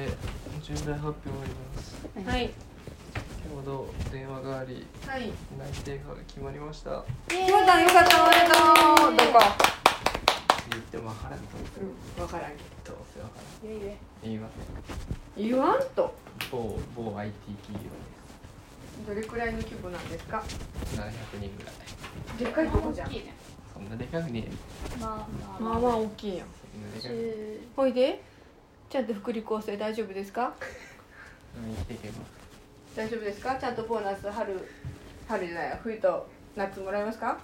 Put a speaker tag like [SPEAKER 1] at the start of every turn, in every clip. [SPEAKER 1] 重大発表があります
[SPEAKER 2] はい。
[SPEAKER 1] 先ほど電話があり
[SPEAKER 2] はい。
[SPEAKER 1] 内定が決まりました
[SPEAKER 2] 決
[SPEAKER 3] 決まったよかったおめでとうどこ
[SPEAKER 1] 言っても分からんと思って
[SPEAKER 2] うん、わからんけ
[SPEAKER 1] どうせ分からん
[SPEAKER 2] ど。言え言
[SPEAKER 1] 言いま
[SPEAKER 2] え言わんと。
[SPEAKER 1] せん某某 IT 企業
[SPEAKER 2] どれくらいの規模なんですか。
[SPEAKER 1] です700人ぐらい
[SPEAKER 2] でっかいとこじゃん。
[SPEAKER 1] そんなでかくねえ
[SPEAKER 3] まあ
[SPEAKER 2] まあまあ大きいやん。
[SPEAKER 1] そんなでかくねえ
[SPEAKER 3] 中ほいでちゃんと福利厚生大丈夫ですか
[SPEAKER 1] うん生きていけば
[SPEAKER 2] 大丈夫ですか。ちゃんとボーナス春。春じゃないや、冬と夏もらえますか。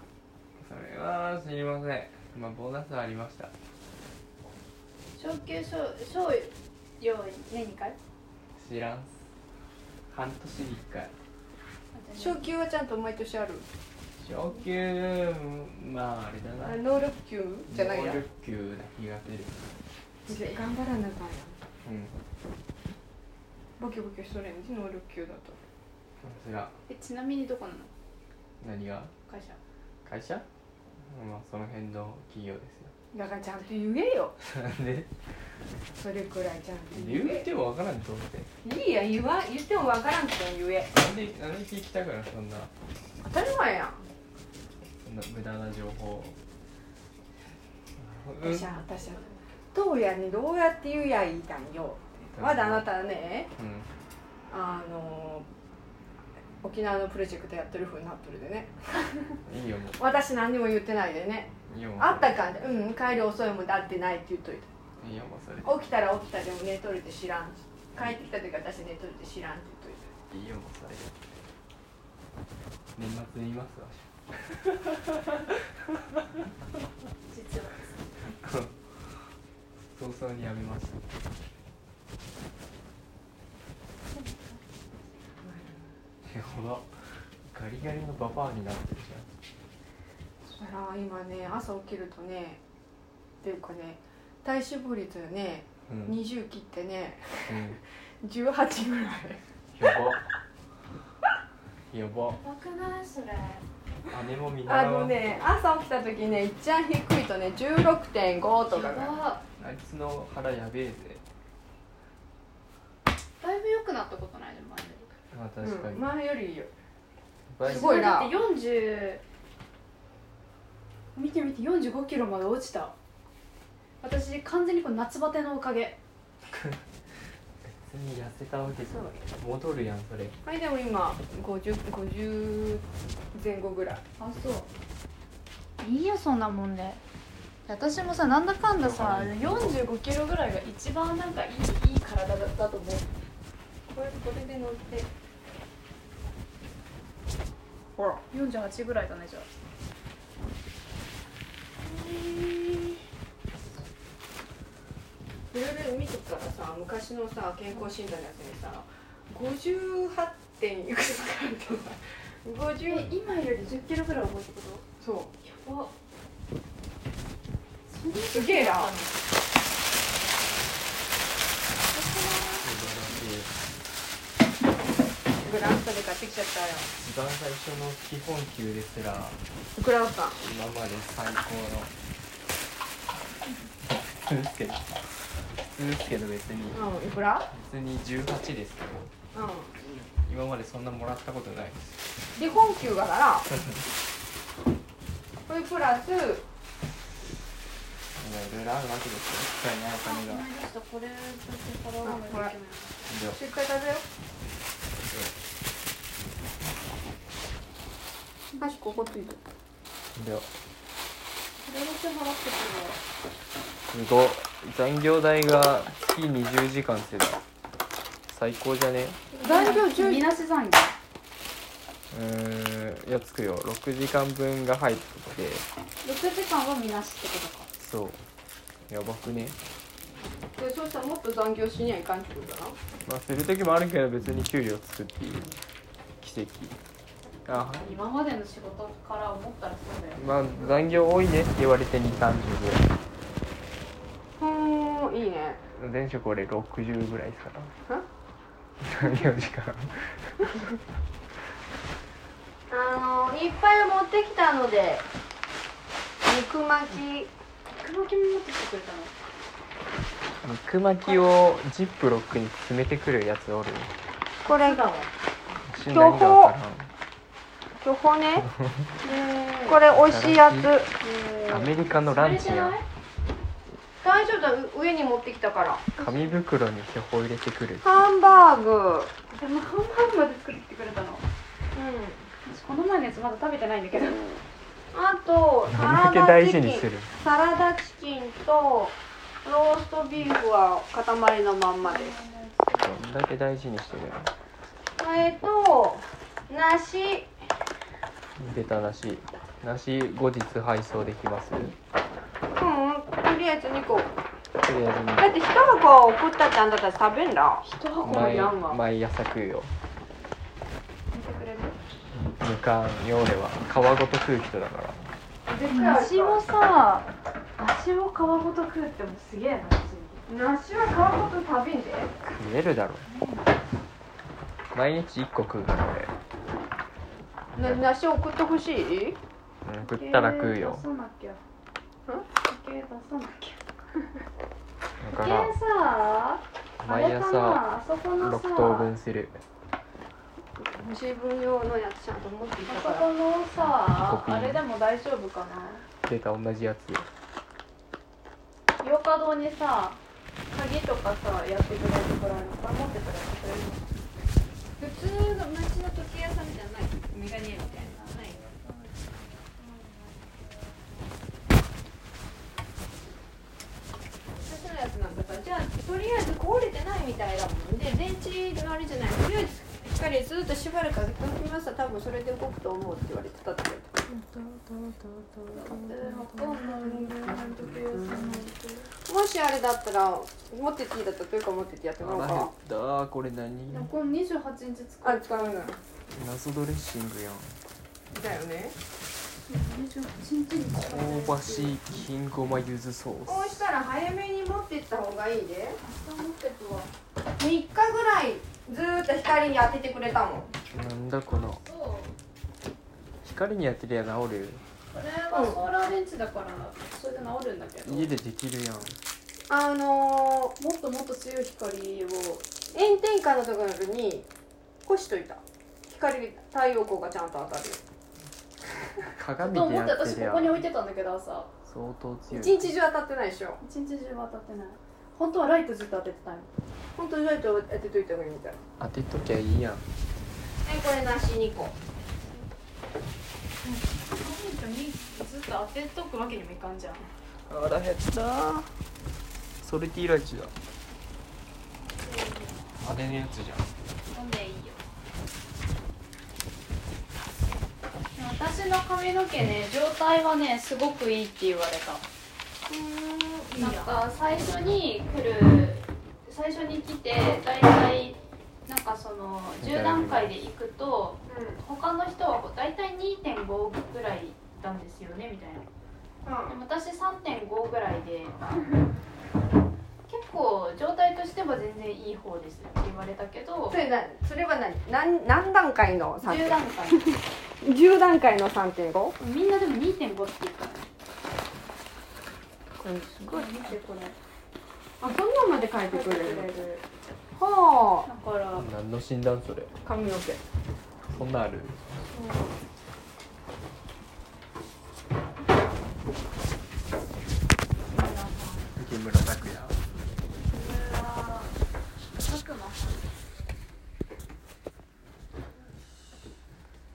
[SPEAKER 1] それは知りませんまあボーナスはありました
[SPEAKER 3] 昇給賞賞用何か
[SPEAKER 1] 知らんっす半年に1回
[SPEAKER 2] 昇給はちゃんと毎年ある。
[SPEAKER 1] 昇給うんまああれだ
[SPEAKER 2] あ
[SPEAKER 1] な
[SPEAKER 2] 能力給じゃないや
[SPEAKER 1] 能。力給な気がする
[SPEAKER 2] 頑張らなあかんやん。
[SPEAKER 1] うん
[SPEAKER 2] ボキボキしとるやん能力給だと。
[SPEAKER 1] それは
[SPEAKER 3] えちなみにどこなの
[SPEAKER 1] 何が
[SPEAKER 3] 会社
[SPEAKER 1] 会社まあその辺の企業ですよ
[SPEAKER 2] だからちゃんと言えよ。
[SPEAKER 1] なんで
[SPEAKER 2] それくらいちゃんと
[SPEAKER 1] 言う
[SPEAKER 2] 言え。
[SPEAKER 1] てもわからんと思って
[SPEAKER 2] いいやん、言わん、言ってもわからんけど言え。
[SPEAKER 1] なんでなんで聞きたからそんな
[SPEAKER 2] 当たり前やん。
[SPEAKER 1] そんな無駄な情報うんうん
[SPEAKER 2] 私は私はどうやにどうやって言うや言いたんよまだあなたはねあの沖縄のプロジェクトやってるふうになっとるでね
[SPEAKER 1] いいよも
[SPEAKER 2] 私何にも言ってないでね
[SPEAKER 1] ういいよもう
[SPEAKER 2] あったかんでうん帰り遅いもんだってないって言っとい
[SPEAKER 1] いいよもうそれ
[SPEAKER 2] た起きたら起きたでも寝とるって知らんし帰ってきた時私寝とるって知らんって言っといた
[SPEAKER 1] いいよもうそれ年末にいますわ
[SPEAKER 3] 実は
[SPEAKER 1] 早々にやめましたやばガリガリのババアになってるじゃん
[SPEAKER 2] そしたら今ね朝起きるとねっていうかね体脂肪率がね
[SPEAKER 1] うん、うん、
[SPEAKER 2] 20切ってね18ぐらい
[SPEAKER 1] やばやば
[SPEAKER 3] 怖くないそれ
[SPEAKER 1] 姉も見
[SPEAKER 2] あ
[SPEAKER 1] 習わ
[SPEAKER 2] の
[SPEAKER 1] ん
[SPEAKER 2] ね朝起きた時ね一番低いとね16.5とか
[SPEAKER 3] や
[SPEAKER 2] が
[SPEAKER 3] ば
[SPEAKER 1] あいつの腹やべえぜ
[SPEAKER 3] だいぶ良くなったことないでも前よ
[SPEAKER 1] まあ確かに、
[SPEAKER 2] うん、前よりいいよ
[SPEAKER 1] バイ
[SPEAKER 3] り
[SPEAKER 2] すごいな
[SPEAKER 3] だって40見て見て45キロまで落ちた私完全にこの夏バテのおかげ
[SPEAKER 1] 別に痩せたわけじゃない戻るやんそれ
[SPEAKER 2] はいでも今 50, 50前後ぐらい
[SPEAKER 3] あそういいよそんなもんで私もさなんだかんださ
[SPEAKER 1] はい
[SPEAKER 3] 45キロぐらいが一番なんかいいいい体だったと思う
[SPEAKER 2] これこれで乗ってほら
[SPEAKER 3] 48ぐらいだねじゃあ
[SPEAKER 2] いろいろ見てたらさ昔のさ健康診断のやつにさ58点いくつかあるとさ
[SPEAKER 3] え
[SPEAKER 2] 50
[SPEAKER 3] 今より10キロぐらい重いってこと
[SPEAKER 2] そう
[SPEAKER 3] やばそんな
[SPEAKER 2] すげえなグランスタで買ってきちゃったよ
[SPEAKER 1] 一番最初の基本給ですら
[SPEAKER 2] いくらだったん
[SPEAKER 1] 今まで最高の普通ですけど普通ですけど別に
[SPEAKER 2] うんいくら
[SPEAKER 1] 別に18ですけど
[SPEAKER 2] うん
[SPEAKER 1] 今までそんなもらったことないです
[SPEAKER 2] で本給がならこれプラス
[SPEAKER 1] いろいろあるわけですよ使えないお金が
[SPEAKER 3] これ払
[SPEAKER 2] わ
[SPEAKER 3] わな
[SPEAKER 2] な
[SPEAKER 3] いい
[SPEAKER 2] といけない
[SPEAKER 1] じゃあ
[SPEAKER 2] しっかり食べよう箸ここついてる
[SPEAKER 1] じゃあ
[SPEAKER 3] これだけ払って
[SPEAKER 1] すごい残業代が月20時間すれば最高じゃね
[SPEAKER 3] くる
[SPEAKER 2] 残業
[SPEAKER 3] 10
[SPEAKER 2] 10
[SPEAKER 3] みなし残業
[SPEAKER 1] うーんいやつくよ6時間分が入ってて
[SPEAKER 3] 6時間はみなしってことか
[SPEAKER 1] そうやばくね
[SPEAKER 2] でそうしたらもっと残業しにはいかんってことだな
[SPEAKER 1] まあする時もあるけど別に給料つくっていう奇跡あ
[SPEAKER 3] 今までの仕事から思ったらそうだよ
[SPEAKER 1] まあ残業多いねって言われて2 3 0ぐらい
[SPEAKER 2] ほーいいね
[SPEAKER 1] 前職俺60ぐらいですから
[SPEAKER 2] あ
[SPEAKER 1] 残業時間
[SPEAKER 2] あのいっぱい持ってきたので肉巻き
[SPEAKER 3] 熊木も持ってきてくれたの
[SPEAKER 1] 肉巻きをジップロックに詰めてくるやつおる
[SPEAKER 3] これ
[SPEAKER 2] だわ
[SPEAKER 1] 死んだりがわか
[SPEAKER 3] 巨峰ね
[SPEAKER 2] ね
[SPEAKER 3] これ美味しいや
[SPEAKER 1] い
[SPEAKER 3] つ
[SPEAKER 1] ただ
[SPEAKER 2] れ
[SPEAKER 1] らんアメリカのランチや
[SPEAKER 2] 大丈夫だう上に持ってきたから
[SPEAKER 1] 紙袋に巨峰入れてくる
[SPEAKER 3] ハンバーグ
[SPEAKER 2] でもハンバーグまで作ってくれたの
[SPEAKER 3] うん
[SPEAKER 2] 私この前のやつまだ食べてないんだけど
[SPEAKER 3] あ とサ
[SPEAKER 1] どんだけ
[SPEAKER 3] ラダ
[SPEAKER 1] 大
[SPEAKER 3] チキ
[SPEAKER 1] 事
[SPEAKER 3] ン
[SPEAKER 1] にする
[SPEAKER 3] サラダチキンと
[SPEAKER 2] ローストビーフは塊のまんまです
[SPEAKER 1] どんだけ大事にしてるや
[SPEAKER 3] えっと梨
[SPEAKER 1] ろベタなし梨後日配送できますとり
[SPEAKER 2] うんとりあえず2個
[SPEAKER 1] あ
[SPEAKER 2] だって一箱は送ったってあんたたち食べんだ一
[SPEAKER 1] えず
[SPEAKER 2] 箱もい
[SPEAKER 1] 毎
[SPEAKER 2] らんわ
[SPEAKER 1] 毎朝食うよ
[SPEAKER 2] 見てくれる
[SPEAKER 1] みかんよ俺は皮ごと食う人だから
[SPEAKER 3] 梨もさ梨を皮ごと食うってもうすげえな普通に
[SPEAKER 2] 梨は皮ごと食べんで
[SPEAKER 1] 食えるだろ毎日1個食うから
[SPEAKER 2] な梨送ってほしい
[SPEAKER 1] 俺、うん、食ったら食うよ
[SPEAKER 3] 時計出さなきゃ時計出さなき
[SPEAKER 1] だ
[SPEAKER 3] ゃ
[SPEAKER 1] か
[SPEAKER 3] 時
[SPEAKER 1] ら
[SPEAKER 3] 計さあ
[SPEAKER 1] 毎
[SPEAKER 3] れか
[SPEAKER 1] 朝
[SPEAKER 3] なあそこのさ
[SPEAKER 1] 6等分する
[SPEAKER 2] 自分用のやつちゃんと持ってい
[SPEAKER 3] あそ
[SPEAKER 2] たから
[SPEAKER 3] このさ
[SPEAKER 1] コピー
[SPEAKER 3] あれでも大丈夫かな
[SPEAKER 1] 出た同じやつ
[SPEAKER 3] 洋華堂にさ鍵とかさやってくれるくらいのこれ持ってくれてくれ
[SPEAKER 4] 普
[SPEAKER 3] る
[SPEAKER 4] 通の町の時計屋さんみたいなのないメガネ屋みたいなのない私のやつなんだからじゃあとりあえず壊れてないみたいだもんで電池のあれじゃないとりあえずしっかりずっとしばらく開けときます多分それで動くと思うって言われてたって言われた
[SPEAKER 2] もしあれだったら持ってっていいだったらというか持ってってやってもらおうか
[SPEAKER 1] だこれ何
[SPEAKER 3] これ28日使
[SPEAKER 2] あ
[SPEAKER 3] う
[SPEAKER 2] 使うの
[SPEAKER 1] 謎ドレッシングやん
[SPEAKER 2] だよね
[SPEAKER 3] 28日に使う
[SPEAKER 1] 香ばしい金ごまゆずソー
[SPEAKER 2] こうし
[SPEAKER 1] ス
[SPEAKER 2] たら早めに持ってった方がいいで
[SPEAKER 3] 明日持ってくわ
[SPEAKER 2] 3日ぐらいずーっと光に当ててくれたもん
[SPEAKER 1] なんだこの
[SPEAKER 3] そうこ
[SPEAKER 1] 光にやってりゃ治る
[SPEAKER 3] れはソーラー電池だからそれで治るんだけど
[SPEAKER 1] 家でできるやん
[SPEAKER 2] あの
[SPEAKER 3] もっともっと強い光を
[SPEAKER 2] ー、炎天下のところに干しといた光太陽光がちゃんと当たるよ
[SPEAKER 1] 鏡で
[SPEAKER 3] と思
[SPEAKER 1] や
[SPEAKER 3] って
[SPEAKER 1] っ
[SPEAKER 3] 私
[SPEAKER 1] てり
[SPEAKER 3] こ
[SPEAKER 1] ゃ
[SPEAKER 3] こに置いてたんだけど朝
[SPEAKER 1] 相当強い
[SPEAKER 2] 一日中当たってないでしょ
[SPEAKER 3] 一日中は当たってない本当はライトずっと当ててたの
[SPEAKER 2] 本当にライト当てといた方がいいみたい
[SPEAKER 1] 当てときゃいいやん
[SPEAKER 2] はいこれ梨2個
[SPEAKER 3] にずっと当てとくわけにもいかんじゃん
[SPEAKER 1] 腹減ったソルティーライチだあれのやつじゃん
[SPEAKER 4] 飲んでいいよ
[SPEAKER 3] 私の髪の毛ね状態はねすごくいいって言われた
[SPEAKER 4] いい
[SPEAKER 3] なん
[SPEAKER 4] や
[SPEAKER 3] か最初に来る最初に来て大体なんかその10段階で行くと
[SPEAKER 2] うん
[SPEAKER 3] 他の人は大体2.5ぐらいなんですよねみたいな
[SPEAKER 2] うん
[SPEAKER 3] でも私3.5ぐらいで結構状態としては全然いい方ですって言われたけど
[SPEAKER 2] それなそれは何何何段階の
[SPEAKER 3] 10
[SPEAKER 2] 3.5
[SPEAKER 3] 段 階
[SPEAKER 2] 10段階の 3.5?
[SPEAKER 3] みんなでも2.5って言ったね
[SPEAKER 2] これすごい
[SPEAKER 3] 見てこれ
[SPEAKER 2] あそんなんまで書いて
[SPEAKER 3] 書いてく
[SPEAKER 2] くれ
[SPEAKER 3] れ
[SPEAKER 2] る
[SPEAKER 3] る
[SPEAKER 2] は
[SPEAKER 3] だから
[SPEAKER 1] 何の診断それ
[SPEAKER 2] あ髪の毛
[SPEAKER 1] そんなんある
[SPEAKER 3] そう